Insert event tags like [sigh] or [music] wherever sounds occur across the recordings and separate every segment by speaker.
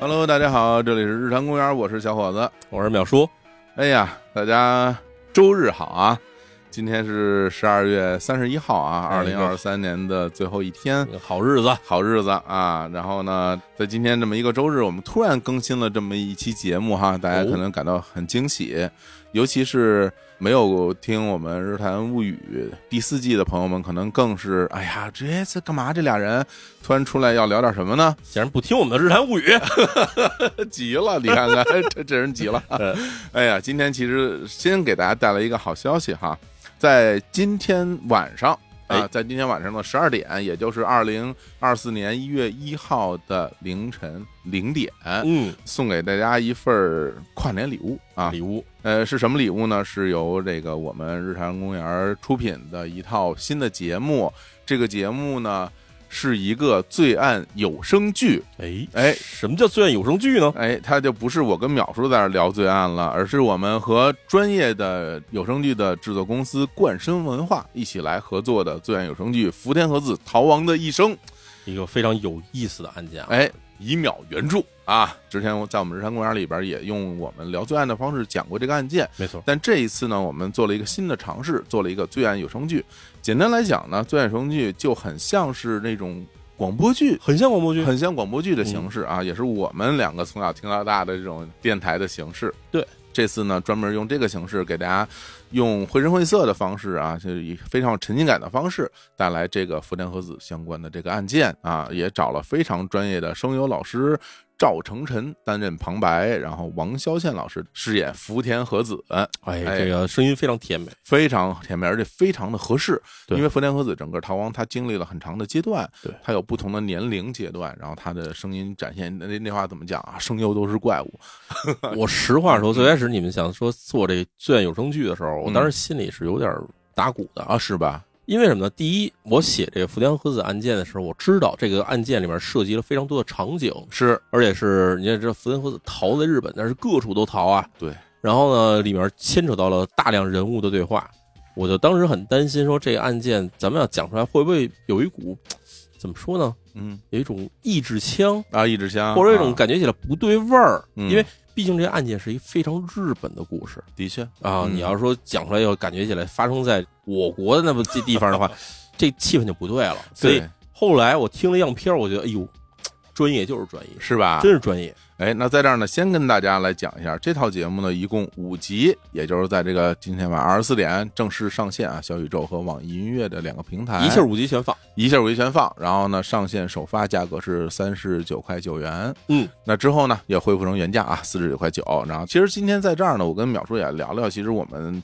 Speaker 1: Hello，大家好，这里是日坛公园，我是小伙子。
Speaker 2: 我是淼叔，
Speaker 1: 哎呀，大家周日好啊！今天是十二月三十一号啊，二
Speaker 2: 哎
Speaker 1: 零二三年的最后一天
Speaker 2: 一，个好日子，
Speaker 1: 好日子啊！然后呢，在今天这么一个周日，我们突然更新了这么一期节目哈，大家
Speaker 2: 哦
Speaker 1: 可能感到很惊喜，尤其是没有听我们《日谈物语》第四季的朋友们，可能更是哎呀，这次干嘛？这俩人突然出来要聊点什么呢？
Speaker 2: 竟然不听我们的日谈物语，
Speaker 1: 急了，你看 [laughs] 看这这人急了。
Speaker 2: 嗯
Speaker 1: [laughs] 哎呀，今天其实先给大家带来一个好消息哈，在今天晚上。啊，
Speaker 2: 哎
Speaker 1: 在今天晚上的十二点，也就是二零二四年一月一号的凌晨零点，
Speaker 2: 嗯，
Speaker 1: 送给大家一份儿跨年礼物啊！
Speaker 2: 礼物，
Speaker 1: 呃，是什么礼物呢？是由这个我们日常公园出品的一套新的节目。这个节目呢，是一个罪案有声剧，
Speaker 2: 哎
Speaker 1: 哎
Speaker 2: 什么叫罪案有声剧呢？
Speaker 1: 哎，他就不是我跟淼叔在那儿聊罪案了，而是我们和专业的有声剧的制作公司冠生文化一起来合作的罪案有声剧《福田和子逃亡的一生》。
Speaker 2: 一个非常有意思的案件啊，
Speaker 1: 哎，以淼原著啊，之前我在我们日常公园里边也用我们聊罪案的方式讲过这个案件。
Speaker 2: 没错，
Speaker 1: 但这一次呢，我们做了一个新的尝试，做了一个罪案有声剧。简单来讲呢，罪案有声剧就很像是那种广播剧
Speaker 2: 很像广播剧，嗯
Speaker 1: 很像广播剧的形式啊，也是我们两个从小听到大的这种电台的形式。
Speaker 2: 对，
Speaker 1: 这次呢，专门用这个形式给大家用绘声绘色的方式啊，就是以非常有沉浸感的方式带来这个福田和子相关的这个案件啊，也找了非常专业的声优老师。赵成晨担任旁白，然后王潇宪老师饰演福田和子，
Speaker 2: 哎，
Speaker 1: 哎
Speaker 2: 这个声音非常
Speaker 1: [laughs]
Speaker 2: 甜美，
Speaker 1: 非常甜美，而且非常的合适。
Speaker 2: 对
Speaker 1: 因为福田和子整个逃亡，他经历了很长的阶段，
Speaker 2: 对
Speaker 1: 他有不同的年龄阶段，然后他的声音展现那那话怎么讲啊？声优都是怪物，
Speaker 2: 我实话说，最开始你们想说做这罪案有声剧的时候，我当时心里是有点打鼓的啊，
Speaker 1: 是吧？
Speaker 2: 因为什么呢？第一，我写这个福田和子案件的时候，我知道这个案件里面涉及了非常多的场景，
Speaker 1: 是
Speaker 2: 而且是你看这福田和子逃在日本，那是各处都逃啊。
Speaker 1: 对，
Speaker 2: 然后呢，里面牵扯到了大量人物的对话，我就当时很担心，说这个案件咱们要讲出来，会不会有一股怎么说呢，
Speaker 1: 嗯
Speaker 2: 有一种意志腔，
Speaker 1: 啊，一支香，
Speaker 2: 或者有一种
Speaker 1: 啊
Speaker 2: 感觉起来不对味儿，
Speaker 1: 嗯
Speaker 2: 因为毕竟这个案件是一非常日本的故事
Speaker 1: 的确，
Speaker 2: 啊。
Speaker 1: 嗯
Speaker 2: 你要说讲出来以后，感觉起来发生在我国的那么这地方
Speaker 1: [laughs]
Speaker 2: 的话，这气氛就不对了。所以
Speaker 1: 对
Speaker 2: 后来我听了样片儿，我觉得哎呦，专业就是专业，
Speaker 1: 是吧？
Speaker 2: 真是专业。
Speaker 1: 哎，那在这儿呢，先跟大家来讲一下这套节目呢，一共五集，也就是在这个今天晚上二十四点正式上线啊，小宇宙和网易音乐的两个平台，
Speaker 2: 一气儿五级全放，
Speaker 1: 一下为全放，然后呢，上线首发价格是三十九块九元，
Speaker 2: 嗯，
Speaker 1: 那之后呢也恢复成原价啊，四十九块九。然后其实今天在这儿呢，我跟淼叔也聊聊，其实我们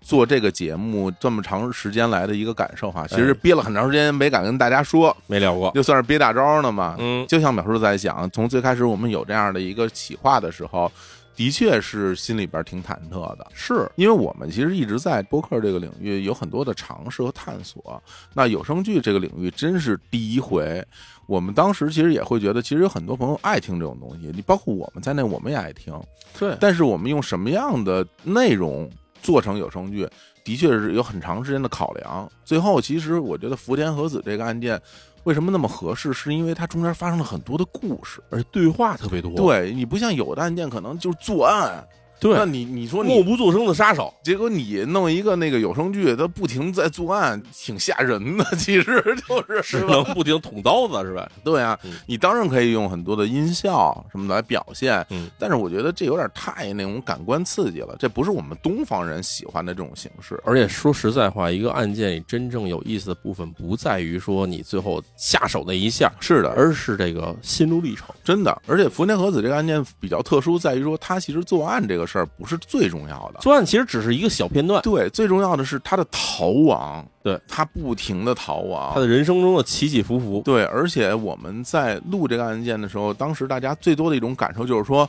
Speaker 1: 做这个节目这么长时间来的一个感受哈，其实憋了很长时间没敢跟大家说，
Speaker 2: 没聊过。
Speaker 1: 就算是憋大招呢嘛。
Speaker 2: 嗯，
Speaker 1: 就像淼叔在讲，从最开始我们有这样的一个企划的时候，的确是心里边挺忐忑的，
Speaker 2: 是
Speaker 1: 因为我们其实一直在播客这个领域有很多的尝试和探索。那有声剧这个领域真是第一回，我们当时其实也会觉得，其实有很多朋友爱听这种东西，你包括我们在内，我们也爱听。
Speaker 2: 对，
Speaker 1: 但是我们用什么样的内容做成有声剧，的确是有很长时间的考量。最后，其实我觉得福田和子这个案件为什么那么合适，是因为它中间发生了很多的故事。
Speaker 2: 而且对话特别多，
Speaker 1: 对你不像有的案件可能就是作案，那
Speaker 2: 对，
Speaker 1: 你你说你
Speaker 2: 默不作声的杀手，
Speaker 1: 结果你弄一个那个有声剧，它不停在作案，挺吓人的。其实就是
Speaker 2: 只
Speaker 1: 是吧？
Speaker 2: 能不停捅刀子，是
Speaker 1: [laughs]
Speaker 2: 吧？
Speaker 1: 对啊
Speaker 2: 嗯，
Speaker 1: 你当然可以用很多的音效什么的来表现，
Speaker 2: 嗯
Speaker 1: 但是我觉得这有点太那种感官刺激了，这不是我们东方人喜欢的这种形式。
Speaker 2: 而且说实在话，一个案件里真正有意思的部分，不在于说你最后下手那一下，
Speaker 1: 是的，
Speaker 2: 而是这个心路历程。
Speaker 1: 真的，而且福田和子这个案件比较特殊，在于说他其实作案这个事儿不是最重要的，
Speaker 2: 作案其实只是一个小片段，
Speaker 1: 对，最重要的是他的逃亡，
Speaker 2: 对
Speaker 1: 他不停的逃亡，
Speaker 2: 他的人生中的起起伏伏。
Speaker 1: 对，而且我们在录这个案件的时候，当时大家最多的一种感受就是说，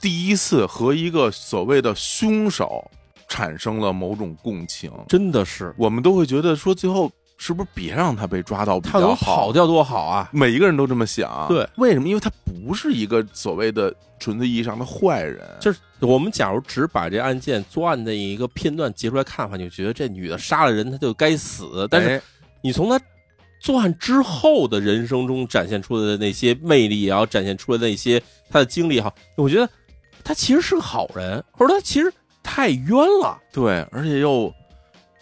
Speaker 1: 第一次和一个所谓的凶手产生了某种共情，
Speaker 2: 真的是，
Speaker 1: 我们都会觉得说，最后是不是别让他被抓到比
Speaker 2: 他
Speaker 1: 较
Speaker 2: 能
Speaker 1: 好
Speaker 2: 跑？掉多好啊！
Speaker 1: 每一个人都这么想，
Speaker 2: 对，
Speaker 1: 为什么？因为他不是一个所谓的纯粹意义上的坏人，
Speaker 2: 就是我们假如只把这案件作案的一个片段截出来看的话，你就觉得这女的杀了人，她就该死。但是
Speaker 1: 哎
Speaker 2: 你从他作案之后的人生中展现出的那些魅力也好，展现出来的那些他的经历也好，我觉得他其实是个好人，或者他其实太冤了。
Speaker 1: 对，而且又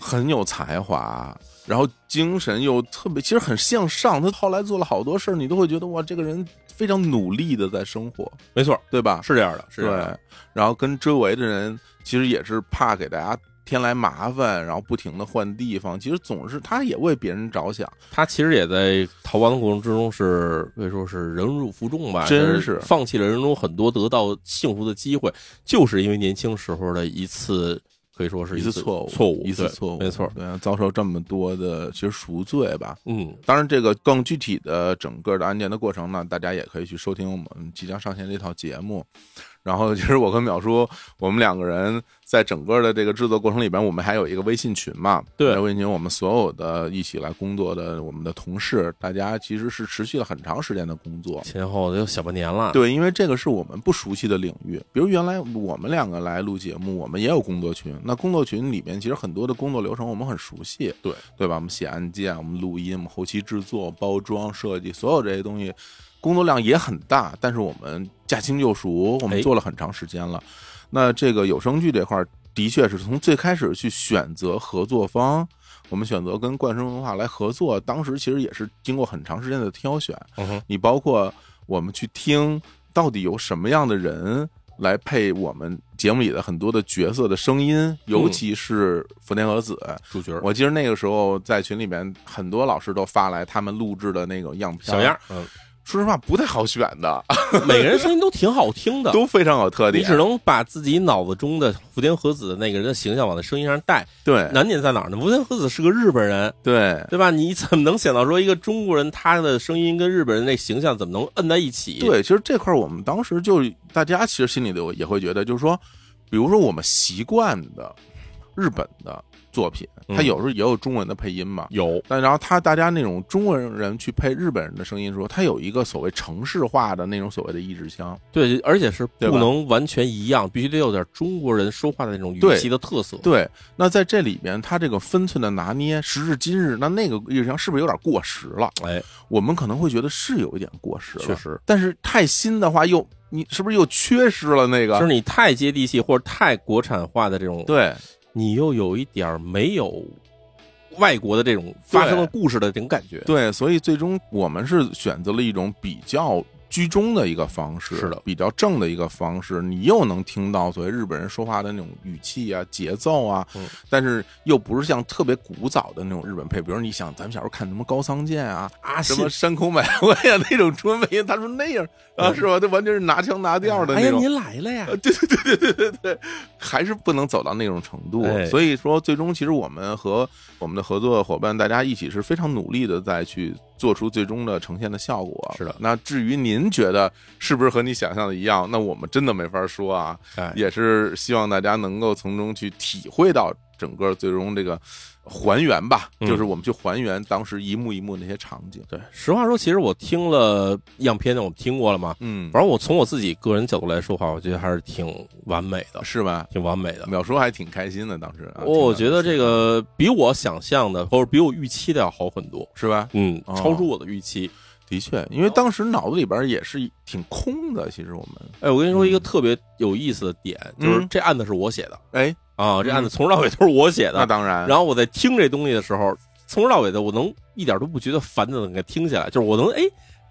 Speaker 1: 很有才华，然后精神又特别，其实很向上。他后来做了好多事儿，你都会觉得哇，这个人非常努力的在生活，
Speaker 2: 没错，
Speaker 1: 对吧？
Speaker 2: 是这样的，是啊这样的
Speaker 1: 对，然后跟周围的人其实也是怕给大家添来麻烦，然后不停的换地方，其实总是他也为别人着想，
Speaker 2: 他其实也在逃亡的过程之中是可以说是忍辱负重吧，
Speaker 1: 真
Speaker 2: 但
Speaker 1: 是
Speaker 2: 放弃了人生中很多得到幸福的机会，就是因为年轻时候的一次可以说是
Speaker 1: 一
Speaker 2: 次
Speaker 1: 次错误，
Speaker 2: 错误
Speaker 1: 一次
Speaker 2: 对
Speaker 1: 错误，
Speaker 2: 没错，
Speaker 1: 对啊，遭受这么多的其实赎罪吧。
Speaker 2: 嗯，
Speaker 1: 当然，这个更具体的整个的案件的过程呢，大家也可以去收听我们即将上线的一套节目。然后，其实我跟淼叔，我们两个人在整个的这个制作过程里边，我们还有一个微信群嘛。
Speaker 2: 对
Speaker 1: 在微信群我们所有的一起来工作的我们的同事，大家其实是持续了很长时间的工作。
Speaker 2: 前后都小半年了，
Speaker 1: 对，因为这个是我们不熟悉的领域。比如原来我们两个来录节目，我们也有工作群。那工作群里面其实很多的工作流程我们很熟悉，
Speaker 2: 对
Speaker 1: 对吧？我们写案件，我们录音，我们后期制作、包装、设计，所有这些东西工作量也很大。但是我们驾轻就熟，我们
Speaker 2: 哎
Speaker 1: 做了很长时间了。那这个有声剧这块儿，的确是从最开始去选择合作方。我们选择跟冠生文化来合作，当时其实也是经过很长时间的挑选，
Speaker 2: 嗯哼，
Speaker 1: 你包括我们去听到底有什么样的人来配我们节目里的很多的角色的声音，
Speaker 2: 嗯
Speaker 1: 尤其是福田和子。
Speaker 2: 主角
Speaker 1: 我记得那个时候在群里面，很多老师都发来他们录制的那种样片，
Speaker 2: 小样儿，嗯， [laughs]
Speaker 1: 说实话不太好选的，
Speaker 2: 每个人声音都挺好
Speaker 1: [laughs]
Speaker 2: 听的，
Speaker 1: 都非常有特
Speaker 2: 你
Speaker 1: 点
Speaker 2: 只。能把自己脑子中的福田和子的那个人的形象往他声音上带。
Speaker 1: 对
Speaker 2: 难点在哪儿呢？福田和子是个日本人，
Speaker 1: 对
Speaker 2: 对吧？你怎么能想到说一个中国人他的声音跟日本人那形象怎么能摁在一起？，
Speaker 1: 对，其实这块儿我们当时就大家其实心里头也会觉得，就是说，比如说我们习惯的日本的作品，它
Speaker 2: 嗯
Speaker 1: 有时候也有中文的配音嘛，
Speaker 2: 有
Speaker 1: 但然后他大家那种中国人去配日本人的声音的时候，他有一个所谓城市化的那种所谓的意志腔，
Speaker 2: 对，而且是
Speaker 1: 对
Speaker 2: 不
Speaker 1: 吧
Speaker 2: 能完全一样，必须得有点中国人说话的那种语
Speaker 1: 对
Speaker 2: 气的特色。
Speaker 1: 对。那在这里边，他这个分寸的拿捏，时至今日，那那个意志腔是不是有点过时了？
Speaker 2: 哎，
Speaker 1: 我们可能会觉得是有一点过时了，
Speaker 2: 确。实，
Speaker 1: 但是太新的话又，你是不是又缺失了那
Speaker 2: 就
Speaker 1: 个？
Speaker 2: 是你太接地气或者太国产化的这种，
Speaker 1: 对
Speaker 2: 你又有一点儿没有外国的这种发生的故事的这种感觉。
Speaker 1: 对，所以最终我们是选择了一种比较。居中的一个方式，
Speaker 2: 是的
Speaker 1: 比较正的一个方式，你又能听到所谓日本人说话的那种语气啊、节奏啊，
Speaker 2: 嗯
Speaker 1: 但是又不是像特别古早的那种日本配，比如你想咱们小时候看什么高仓健啊，
Speaker 2: 啊，
Speaker 1: 什
Speaker 2: 信
Speaker 1: 么山口百惠啊那种中文配音，他说那样啊
Speaker 2: 嗯
Speaker 1: 是吧？这完全是拿腔拿调的
Speaker 2: 哎
Speaker 1: 那
Speaker 2: 呀，
Speaker 1: 种，呃
Speaker 2: 您来了呀！
Speaker 1: 还是不能走到那种程度。
Speaker 2: 哎
Speaker 1: 所以说，最终其实我们和我们的合作伙伴，大家一起是非常努力的，在去做出最终的呈现的效果。
Speaker 2: 是的
Speaker 1: 那至于您觉得是不是和你想象的一样，那我们真的没法说啊，
Speaker 2: 哎，
Speaker 1: 也是希望大家能够从中去体会到整个最终这个还原吧，
Speaker 2: 嗯
Speaker 1: 就是我们去还原当时一幕一幕那些场景。
Speaker 2: 对，实话说，其实我听了样片的，我们听过了嘛。
Speaker 1: 嗯，
Speaker 2: 反正我从我自己个人角度来说话，我觉得还是挺完美的，
Speaker 1: 是吧？
Speaker 2: 挺完美的。
Speaker 1: 淼叔还挺开心的，当时、啊、
Speaker 2: 哦我我觉得
Speaker 1: 听到
Speaker 2: 这个比我想象的，或者比我预期的要好很多。
Speaker 1: 是吧？
Speaker 2: 嗯，
Speaker 1: 哦
Speaker 2: 超出我的预期。
Speaker 1: 的确，因
Speaker 2: 哦
Speaker 1: 为当时脑子里边也是挺空的。其实我们，
Speaker 2: 哎，我跟你说一个特别有意思的点，就是
Speaker 1: 嗯
Speaker 2: 这案子是我写的
Speaker 1: 哎，
Speaker 2: 啊，这案子从头到尾都是我写
Speaker 1: 那
Speaker 2: 的。
Speaker 1: 当然，
Speaker 2: 然后我在听这东西的时候，从头到尾的我能一点都不觉得烦的，给听下来，就是我能哎。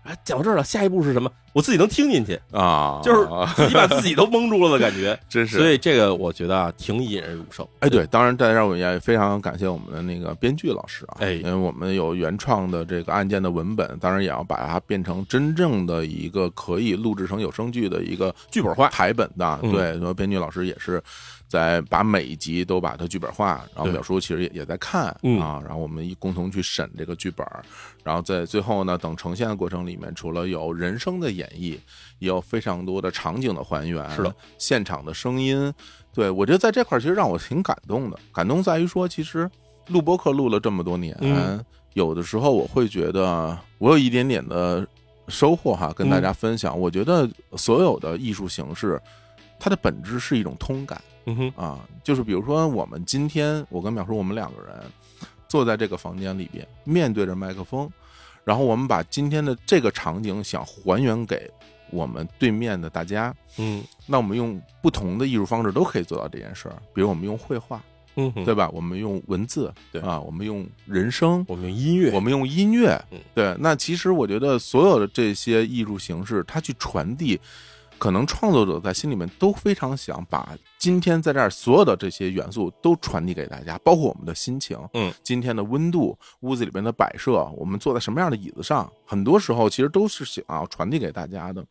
Speaker 2: 啊，讲到这儿了，下一步是什 [laughs] 么？我自己能听进去，
Speaker 1: 啊，
Speaker 2: 就是自己把自己都蒙住了的感 [laughs] 觉。
Speaker 1: 真
Speaker 2: 所
Speaker 1: 是
Speaker 2: 以这个我觉得啊，挺引人入胜。
Speaker 1: 哎，对，当然在这儿我们也非常感谢我们的那个编剧老师啊，
Speaker 2: 哎
Speaker 1: 因为我们有原创的这个案件的文本，当然也要把它变成真正的一个可以录制成有声剧的一个剧本化台本的。啊
Speaker 2: 嗯
Speaker 1: 对，说编剧老师也是在把每一集都把它剧本化，然后
Speaker 2: 对
Speaker 1: 表叔其实也也在看、
Speaker 2: 嗯
Speaker 1: 啊，然后我们一共同去审这个剧本，然后在最后呢，等呈现的过程里面，除了有人声的演绎，也有非常多的场景的还原，
Speaker 2: 是的，
Speaker 1: 现场的声音。对我觉得在这块儿其实让我挺感动的，感动在于说，其实录播课录了这么多年，
Speaker 2: 嗯
Speaker 1: 有的时候我会觉得我有一点点的收获哈，跟大家分享。我觉得所有的艺术形式，它的本质是一种通感。
Speaker 2: 嗯哼，
Speaker 1: 啊，就是比如说我们今天我跟淼叔我们两个人，坐在这个房间里边，面对着麦克风，然后我们把今天的这个场景想还原给我们对面的大家。
Speaker 2: 嗯
Speaker 1: 那我们用不同的艺术方式都可以做到这件事儿，比如我们用绘画，
Speaker 2: 嗯，
Speaker 1: 对，吧？我们用文字，
Speaker 2: 对
Speaker 1: 啊，我们用人声，
Speaker 2: 我们用音乐，
Speaker 1: 我们用音乐
Speaker 2: 嗯，
Speaker 1: 对。那其实我觉得所有的这些艺术形式，它去传递，可能创作者在心里面都非常想把今天在这儿所有的这些元素都传递给大家，包括我们的心情，
Speaker 2: 嗯，
Speaker 1: 今天的温度，屋子里面的摆设，我们坐在什么样的椅子上，很多时候其实都是想要传递给大家的。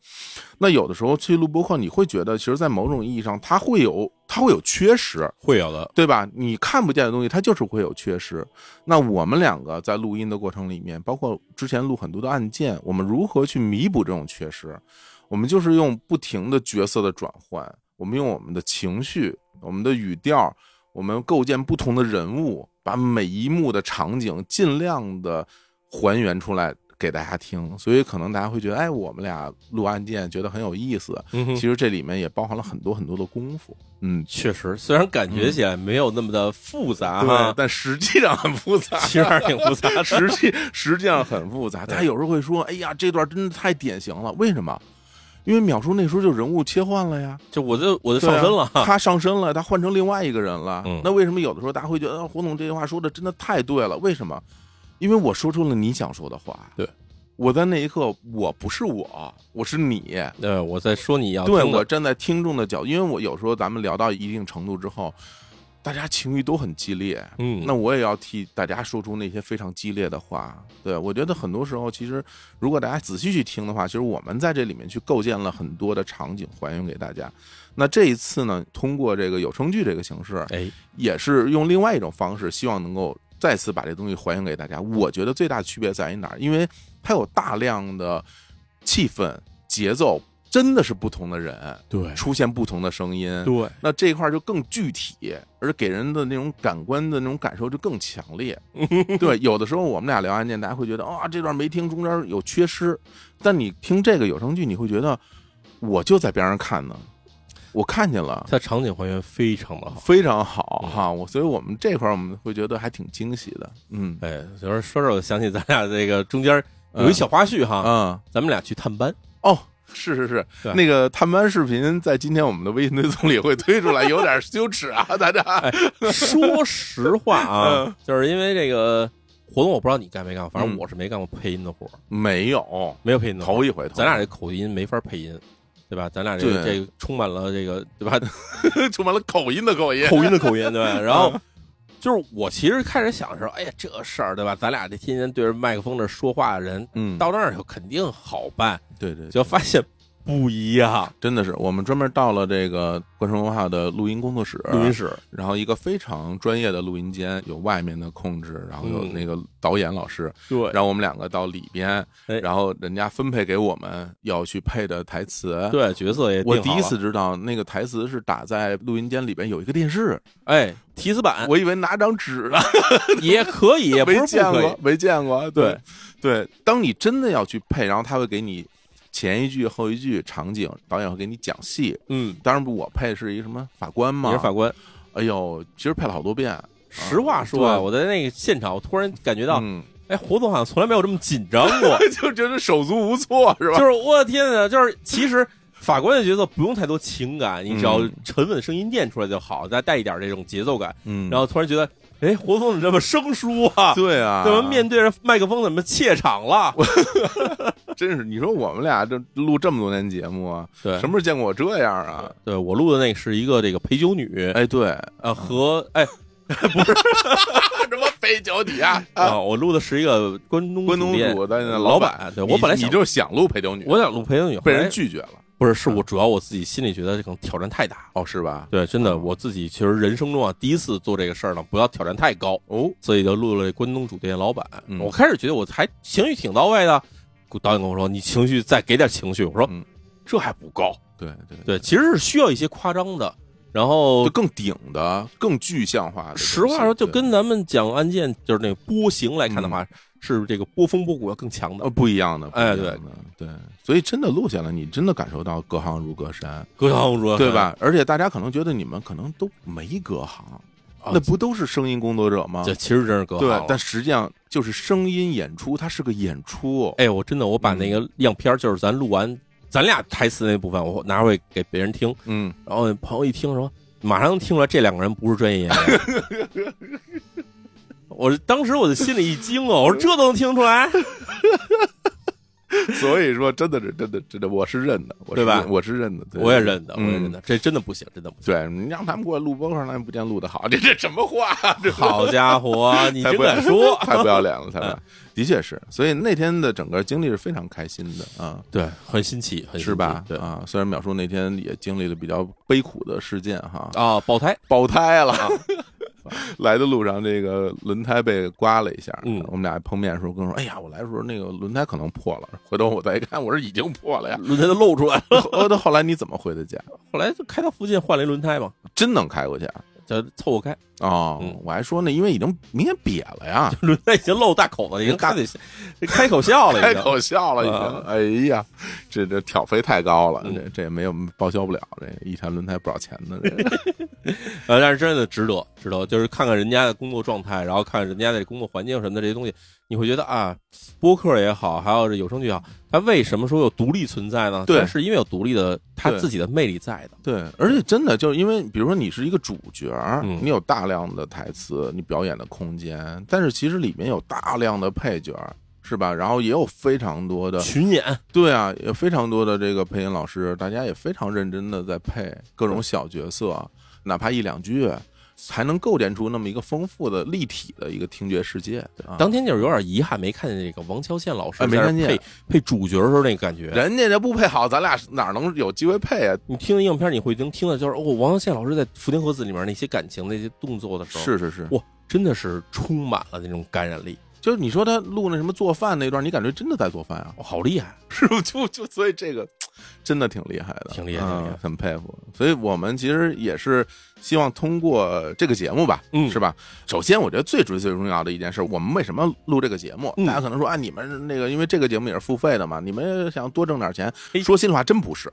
Speaker 1: 那有的时候去录播课，你会觉得，其实，在某种意义上，它会有它会有缺失，
Speaker 2: 会有的，
Speaker 1: 对吧？你看不见的东西，它就是会有缺失。那我们两个在录音的过程里面，包括之前录很多的案件，我们如何去弥补这种缺失？我们就是用不停的角色的转换，我们用我们的情绪、我们的语调，我们构建不同的人物，把每一幕的场景尽量的还原出来给大家听。所以可能大家会觉得，哎，我们俩录案件觉得很有意思。
Speaker 2: 嗯
Speaker 1: 其
Speaker 2: 哼。
Speaker 1: 实这里面也包含了很多很多的功夫。嗯，
Speaker 2: 确实，虽然感觉起来没有那么的复杂
Speaker 1: 对，
Speaker 2: 啊哈，
Speaker 1: 但实际上很复杂。
Speaker 2: [laughs] 其实还是挺复 [laughs] 杂的。
Speaker 1: 实际实际上很复杂，大家有时候会说：“哎呀，这段真的太典型了。”为什么？因为秒叔那时候就人物切换了呀，
Speaker 2: 就我就我就
Speaker 1: 对
Speaker 2: 上
Speaker 1: 啊
Speaker 2: 身了哈，
Speaker 1: 他上身了，他换成另外一个人了。
Speaker 2: 嗯
Speaker 1: 那为什么有的时候大家会觉得呃胡总这句话说的真的太对了？为什么？因为我说出了你想说的话。
Speaker 2: 对，
Speaker 1: 我在那一刻我不是我，我是你。
Speaker 2: 对，呃我在说你要
Speaker 1: 对
Speaker 2: 啊听的
Speaker 1: 我站在听众的角度，因为我有时候咱们聊到一定程度之后，大家情绪都很激烈，
Speaker 2: 嗯，
Speaker 1: 那我也要替大家说出那些非常激烈的话。对我觉得很多时候，其实如果大家仔细去听的话，其实我们在这里面去构建了很多的场景还原给大家。那这一次呢，通过这个有声剧这个形式，
Speaker 2: 哎，
Speaker 1: 也是用另外一种方式，希望能够再次把这东西还原给大家。我觉得最大的区别在于哪儿？因为它有大量的气氛、节奏，真的是不同的人
Speaker 2: 对
Speaker 1: 出现不同的声音，
Speaker 2: 对，
Speaker 1: 那这一块儿就更具体，而给人的那种感官的那种感受就更强烈。对，有的时候我们俩聊案件，大家会觉得啊、这段没听，中间有缺失。但你听这个有声剧，你会觉得我就在边上看呢，我看见了，
Speaker 2: 它场景还原非常的好。
Speaker 1: 非常
Speaker 2: 嗯
Speaker 1: 好哈。我所以我们这块儿我们会觉得还挺惊喜的。嗯
Speaker 2: 哎，就是说着我想起咱俩这个中间有一小花絮哈，
Speaker 1: 嗯
Speaker 2: 咱们俩去探班，
Speaker 1: 哦。是是是
Speaker 2: 啊对，
Speaker 1: 那个探班视频在今天我们的微信推送里会推出来，有点羞耻啊，大家。
Speaker 2: 哎说实话啊，就是因为这个活动，我不知道你干没干，反正
Speaker 1: 嗯
Speaker 2: 我是没干过配音的活儿，
Speaker 1: 没有，
Speaker 2: 没有配音的活儿。
Speaker 1: 头一回，头一回
Speaker 2: 咱俩这口音没法配音，对吧？咱俩这个
Speaker 1: 对
Speaker 2: 这个充满了这个对吧
Speaker 1: 充满了口音的口音，
Speaker 2: 口音的口音，对吧？然后。就是我其实开始想的时候，哎呀，这事儿对吧？咱俩这天天对着麦克风这说话的人，
Speaker 1: 嗯，
Speaker 2: 到那儿以后肯定好办，
Speaker 1: 对对，
Speaker 2: 就发现不一
Speaker 1: [laughs]
Speaker 2: 样。
Speaker 1: 真的是我们专门到了这个冠城文化的录音工作室，
Speaker 2: 录音室，
Speaker 1: 然后一个非常专业的录音间，有外面的控制，然后有
Speaker 2: 嗯
Speaker 1: 那个导演老师，
Speaker 2: 对，
Speaker 1: 啊然后我们两个到里边，
Speaker 2: 嗯哎
Speaker 1: 然后人家分配给我们要去配的台词。
Speaker 2: 对，角色也
Speaker 1: 我
Speaker 2: 定
Speaker 1: 第
Speaker 2: 好啊
Speaker 1: 一
Speaker 2: 了
Speaker 1: 次知道那个台词是打在录音间里边有一个电视，
Speaker 2: 哎，提词板
Speaker 1: 我以为拿张纸呢，
Speaker 2: 也可以，也不是
Speaker 1: 没
Speaker 2: 不
Speaker 1: 见
Speaker 2: 可
Speaker 1: 过
Speaker 2: 以，，
Speaker 1: 没见过。
Speaker 2: 对
Speaker 1: 对，当你真的要去配，然后他会给你前一句后一句场景，导演会给你讲戏，
Speaker 2: 嗯，
Speaker 1: 当然不，我配是一什么法官
Speaker 2: 你
Speaker 1: 嘛。
Speaker 2: 是法官。
Speaker 1: 哎呦，其实配了好多遍。
Speaker 2: 实话说啊，
Speaker 1: 对
Speaker 2: 我在那个现场，我突然感觉到，
Speaker 1: 嗯，，
Speaker 2: 哎，胡总好像从来没有这么紧张过
Speaker 1: [laughs] 就觉得手足无措，是
Speaker 2: 就
Speaker 1: 吧？
Speaker 2: 是我的天呐，就是其实。法官的角色不用太多情感，你只要
Speaker 1: 嗯
Speaker 2: 沉稳声音念出来就好，再带一点这种节奏感。
Speaker 1: 嗯
Speaker 2: 然后突然觉得，哎，胡总怎么这么生疏
Speaker 1: [laughs]
Speaker 2: 啊？
Speaker 1: 对啊，
Speaker 2: 怎么面对着麦克风怎么怯场了？
Speaker 1: 真是你说我们俩这录这么多年节目啊，
Speaker 2: 对，
Speaker 1: 什么时候见过我这样啊？
Speaker 2: 对我录的那是一个这个陪酒女，
Speaker 1: 哎，对，
Speaker 2: 呃和哎
Speaker 1: 什么飞脚底啊？
Speaker 2: 啊，我录的是一个关东
Speaker 1: 关东
Speaker 2: 店
Speaker 1: 煮的那
Speaker 2: 老
Speaker 1: 板，
Speaker 2: 对
Speaker 1: 你
Speaker 2: 我本来
Speaker 1: 你
Speaker 2: 想
Speaker 1: 就是想录陪酒女，
Speaker 2: 我想录陪酒女，
Speaker 1: 被
Speaker 2: 后来
Speaker 1: 人拒嗯绝了，
Speaker 2: 不是，是我主要我自己心里觉得这可能挑战太大。
Speaker 1: 哦，是吧？
Speaker 2: 对，真的，我自己其实人生中啊第一次做这个事儿呢，不要挑战太高，
Speaker 1: 哦，
Speaker 2: 所以就录了这关东煮店老板。
Speaker 1: 嗯
Speaker 2: 我开始觉得我还情绪挺到位的，导演跟我说你情绪再给点情绪，我说、
Speaker 1: 嗯
Speaker 2: 这还不够。
Speaker 1: 对对，
Speaker 2: 对，其实是需要一些夸张的。然后
Speaker 1: 就更顶的、更具象化的东西。
Speaker 2: 实话说，就
Speaker 1: 对嗯
Speaker 2: 跟咱们讲案件就是那个波形来看的话，是这个波峰波谷要更强的
Speaker 1: 呃，不一样的，不一
Speaker 2: 哎
Speaker 1: 样的对，所以真的录下来，你真的感受到隔行如隔山。
Speaker 2: 隔行如隔
Speaker 1: 对
Speaker 2: 山？
Speaker 1: 吧？而且大家可能觉得你们可能都没隔行，
Speaker 2: 啊
Speaker 1: 那不都是声音工作者吗
Speaker 2: 这？其实真是隔行
Speaker 1: 啊对
Speaker 2: 了，
Speaker 1: 但实际上就是声音演出，它是个演出。
Speaker 2: 哎，我真的我把
Speaker 1: 嗯
Speaker 2: 那个样片儿，就是咱录完咱俩台词那部分，我拿回给别人听，
Speaker 1: 嗯，
Speaker 2: 然后朋友一听说，马上听出来这两个人不是专业演员。 [laughs] 我当时我的心里一惊啊，我说这都能听出来，
Speaker 1: 所以说真的是真的真的，我是认的，我是
Speaker 2: 对吧
Speaker 1: 认我是认的，对
Speaker 2: 我也。认得，我
Speaker 1: 嗯
Speaker 2: 也认得，这真的不行，真的不行。
Speaker 1: 对你让他们过来录播客，那也不见录的好，这这什么话？ [laughs] 这
Speaker 2: [laughs] 好家伙，你
Speaker 1: 太
Speaker 2: 真
Speaker 1: 不要！
Speaker 2: 敢说
Speaker 1: 太不要脸 [laughs] 了，太不要脸的确是，所以那天的整个经历是非常开心的啊，
Speaker 2: 对，很新奇，很新奇
Speaker 1: 是吧？
Speaker 2: 对
Speaker 1: 啊，虽然淼叔那天也经历了比较悲苦的事件哈，
Speaker 2: 啊，爆胎
Speaker 1: 爆胎了。
Speaker 2: 啊
Speaker 1: [laughs] 来的路上，这个轮胎被刮了一下。
Speaker 2: 嗯
Speaker 1: 我们俩碰面的时候跟我说：“哎呀，我来的时候那个轮胎可能破了。”回头我再一看，我说已经破了呀。
Speaker 2: 轮胎都露出来了， [laughs]
Speaker 1: 呃，到后来你怎么回的家？
Speaker 2: 后来就开到附近换了一轮胎嘛，
Speaker 1: 真能开过去啊？
Speaker 2: 就凑合开， [laughs]
Speaker 1: 哦，
Speaker 2: 嗯
Speaker 1: 我还说呢，因为已经明显瘪了呀，
Speaker 2: 轮胎已经露大口子了，已经开得开口笑了，
Speaker 1: 开
Speaker 2: 已经。
Speaker 1: 口笑了已经
Speaker 2: 啊。
Speaker 1: 哎呀，这这挑费太高了，
Speaker 2: 嗯
Speaker 1: 这这也没有报销不了，这一台轮胎不少钱呢。这
Speaker 2: 呃，但是真的值得，值得，就是看看人家的工作状态，然后看看人家的工作环境什么的这些东西，你会觉得啊，播客也好，还有这有声剧也好，它为什么说有独立存在呢？
Speaker 1: 对
Speaker 2: 它是因为有独立的它
Speaker 1: 对
Speaker 2: 自己的魅力在的。
Speaker 1: 对，而且真的就是因为，比如说你是一个主角儿，
Speaker 2: 嗯
Speaker 1: 你有大量的台词，你表演的空间，但是其实里面有大量的配角儿，是吧？然后也有非常多的，
Speaker 2: 群演，
Speaker 1: 对啊，有非常多的这个配音老师，大家也非常认真的在配各种小角色，哪怕一两句，才能构建出那么一个丰富的立体的一个听觉世界。啊
Speaker 2: 当天就是有点遗憾，没看见这个王乔宪老师
Speaker 1: 哎没
Speaker 2: 在那
Speaker 1: 看见
Speaker 2: 配配主角的时候那个感觉。
Speaker 1: 人家这不配好，咱俩哪能有机会配啊？
Speaker 2: 你听的影片，你会能听到，就是哦，王乔宪老师在《福田和子》里面那些感情、那些动作的时候，
Speaker 1: 是是是，
Speaker 2: 哇，真的是充满了那种感染力，
Speaker 1: 就是你说他录那什么做饭那段，你感觉真的在做饭啊？
Speaker 2: 哦、好厉害！
Speaker 1: 是不就就所以这个真的挺厉害的，
Speaker 2: 挺厉害挺厉害
Speaker 1: 嗯很佩服。所以我们其实也是希望通过这个节目吧，
Speaker 2: 嗯
Speaker 1: 是吧？首先，我觉得最最最重要的一件事，我们为什么录这个节目？
Speaker 2: 嗯
Speaker 1: 大家可能说啊，你们那个因为这个节目也是付费的嘛，你们想多挣点钱
Speaker 2: 嘿？
Speaker 1: 说心里话，真不
Speaker 2: [laughs]
Speaker 1: 是。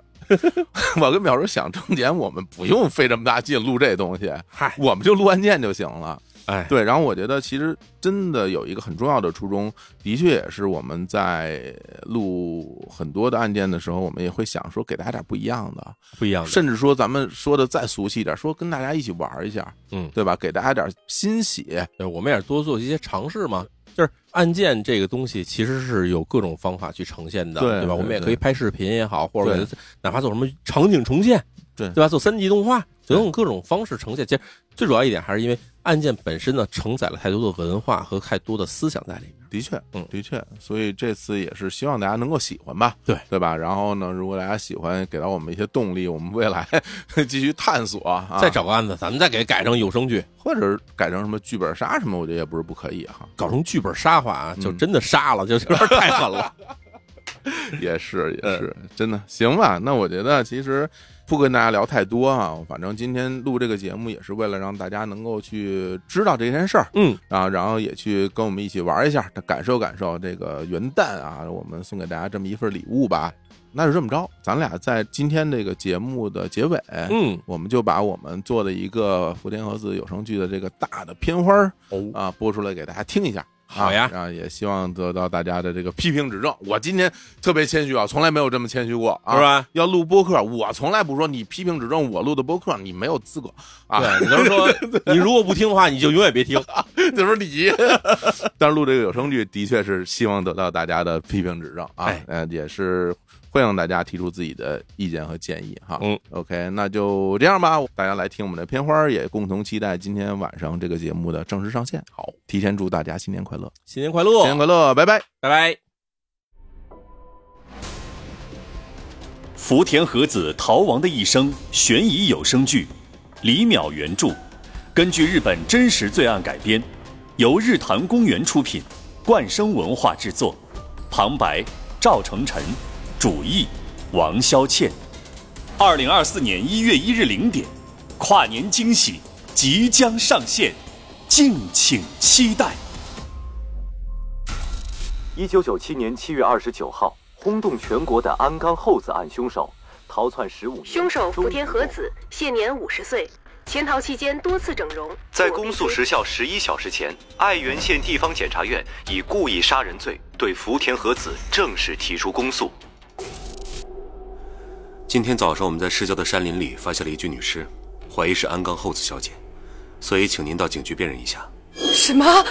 Speaker 1: 我跟淼叔想挣钱，我们不用费这么大劲录这东西，
Speaker 2: 嗨，
Speaker 1: 我们就录案件就行了。
Speaker 2: 哎，
Speaker 1: 对，然后我觉得其实真的有一个很重要的初衷，的确也是我们在录很多的案件的时候，我们也会想说给大家点不一样的，
Speaker 2: 不一样的，
Speaker 1: 甚至说咱们说的再俗气一点，说跟大家一起玩一下，
Speaker 2: 嗯
Speaker 1: 对吧？给大家点欣喜，
Speaker 2: 对，我们也是多做一些尝试嘛。就是案件这个东西，其实是有各种方法去呈现的，
Speaker 1: 对
Speaker 2: 对吧？
Speaker 1: 对
Speaker 2: 我们也可
Speaker 1: 对
Speaker 2: 以拍视频也好，或者
Speaker 1: 对
Speaker 2: 我觉得哪怕做什么场景重现，
Speaker 1: 对
Speaker 2: 对吧？做三级动画，
Speaker 1: 对
Speaker 2: 等等各种方式呈现。其实最主要一点还是因为案件本身呢，承载了太多的文化和太多的思想在里面。
Speaker 1: 的确，
Speaker 2: 嗯
Speaker 1: 的确，所以这次也是希望大家能够喜欢吧，
Speaker 2: 对
Speaker 1: 对吧？然后呢，如果大家喜欢，给到我们一些动力，我们未来 [laughs] 继续探索啊，
Speaker 2: 再找个案子，咱们再给改成有声剧，
Speaker 1: 或者改成什么剧本杀什么，我觉得也不是不可以哈。
Speaker 2: 搞成剧本杀法啊，就
Speaker 1: 嗯
Speaker 2: 真的杀了，就有点太狠 [laughs] 了。
Speaker 1: [laughs] 也是也是，真的行吧？那我觉得其实不跟大家聊太多啊，反正今天录这个节目也是为了让大家能够去知道这件事儿
Speaker 2: 嗯，
Speaker 1: 啊，然后也去跟我们一起玩一下，感受感受这个元旦啊，我们送给大家这么一份礼物吧。那就这么着，咱俩在今天这个节目的结尾，
Speaker 2: 嗯，
Speaker 1: 我们就把我们做的一个福田和子有声剧的这个大的片花儿
Speaker 2: 哦，
Speaker 1: 啊播出来给大家听一下。
Speaker 2: 好呀
Speaker 1: 啊，啊也希望得到大家的这个批评指正。我今天特别谦虚啊，从来没有这么谦虚过啊，
Speaker 2: 是？吧？
Speaker 1: 要录播客，我从来不说你批评指正我录的播客，你没有资格
Speaker 2: [laughs]
Speaker 1: 啊。
Speaker 2: 对，你能说你如果不听的话，你就永远别听。
Speaker 1: 就是你。 [laughs] 但是录这个有声剧的确是希望得到大家的批评指正啊，
Speaker 2: 哎
Speaker 1: 呃，也是欢迎大家提出自己的意见和建议哈。
Speaker 2: 嗯
Speaker 1: ，OK，那就这样吧，大家来听我们的片花，也共同期待今天晚上这个节目的正式上线。好，提前祝大家新年快乐，
Speaker 2: 新年快乐，
Speaker 1: 新年快乐，拜拜。
Speaker 2: 拜拜。
Speaker 3: 福田和子逃亡的一生悬疑有声剧，李淼原著，根据日本真实罪案改编，由日坛公园出品，冠生文化制作，旁白赵成晨，主译王潇倩。二零二四年一月一日零点，跨年惊喜即将上线，敬请期待。
Speaker 4: 一九九七年七月二十九号，轰动全国的安冈厚子案凶手逃窜十五年，
Speaker 5: 凶手
Speaker 4: 终于
Speaker 5: 福田和子，现年五十岁，潜逃期间多次整容，
Speaker 6: 在公诉时效十一小时前，爱媛县地方检察院以故意杀人罪对福田和子正式提出公诉。
Speaker 7: 今天早上我们在市郊的山林里发现了一具女尸，怀疑是鞍钢厚子小姐，所以请您到警局辨认一下。
Speaker 8: 什么？啊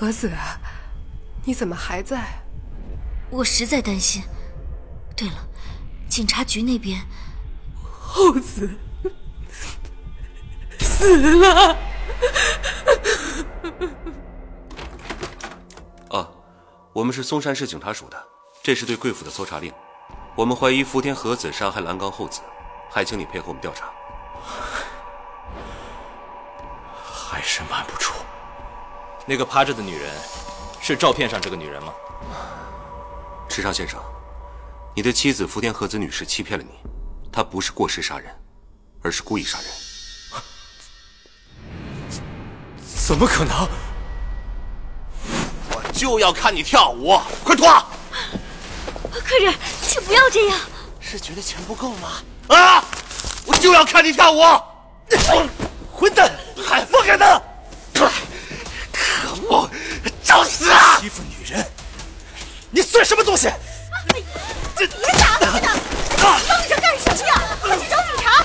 Speaker 8: 何子，你怎么还在？
Speaker 9: 我实在担心。对了，警察局那边
Speaker 8: 厚子死了。
Speaker 7: 啊，我们是松山市警察署的，这是对贵府的搜查令。我们怀疑福田和子杀害了鞍钢厚子，还请你配合我们调查。
Speaker 10: 还是瞒不住。那个趴着的女人，是照片上这个女人吗？
Speaker 7: 池上先生，你的妻子福田和子女士欺骗了你，她不是过失杀人，而是故意杀人。
Speaker 10: 怎么可能？我就要看你跳舞，快脱！
Speaker 9: 客人，请不要这样。
Speaker 10: 是觉得钱不够吗？啊！我就要看你跳舞！混蛋，还不给他！可恶，找死啊！欺负女人，你算什么东西？这
Speaker 9: 你打我呢？你愣着干什么呀？快去找警察！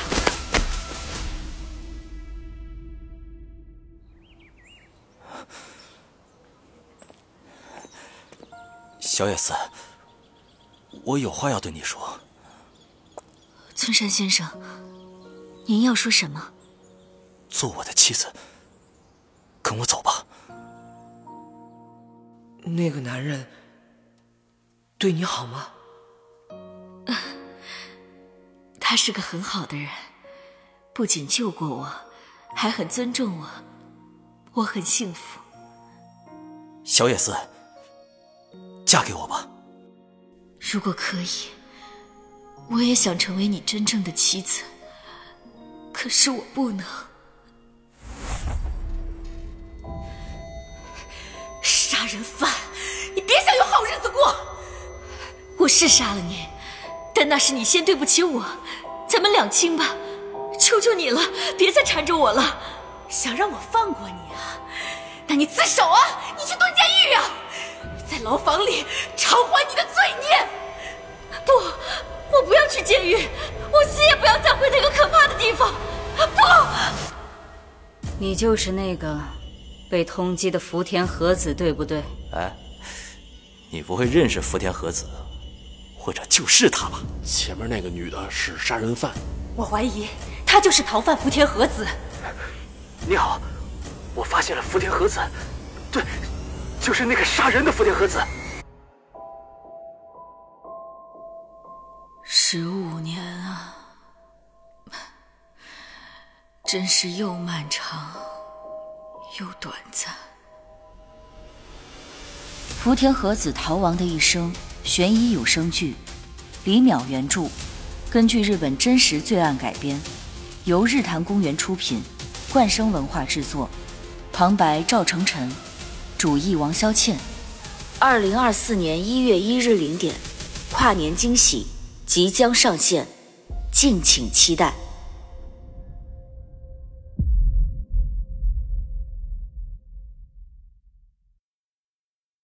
Speaker 10: 小野寺，我有话要对你说。
Speaker 9: 村山先生，您要说什么？
Speaker 10: 做我的妻子，跟我走吧。
Speaker 11: 那个男人对你好吗？
Speaker 9: 他是个很好的人，不仅救过我，还很尊重我，我很幸福。
Speaker 10: 小野寺，嫁给我吧。
Speaker 9: 如果可以，我也想成为你真正的妻子，可是我不能。
Speaker 8: 杀人犯，你别想有好日子过！
Speaker 9: 我是杀了你，但那是你先对不起我，咱们两清吧。求求你了，别再缠着我了。
Speaker 8: 想让我放过你啊？那你自首啊！你去蹲监狱啊！在牢房里偿还你的罪孽！
Speaker 9: 不，我不要去监狱，我死也不要再回那个可怕的地方。不，
Speaker 12: 你就是那个被通缉的福田和子，对不对？
Speaker 10: 哎，你不会认识福田和子，或者就是她吧？
Speaker 13: 前面那个女的是杀人犯，
Speaker 5: 我怀疑他就是逃犯福田和子。
Speaker 14: 你好，我发现了福田和子，对，就是那个杀人的福田和子。
Speaker 9: 十五年啊， [laughs] 真是又漫长又短暂。
Speaker 12: 福田和子逃亡的一生，悬疑有声剧，李淼原著，根据日本真实罪案改编，由日坛公园出品，冠生文化制作，旁白赵成晨，主译王潇倩。二零二四年一月一日零点，跨年惊喜即将上线，敬请期待。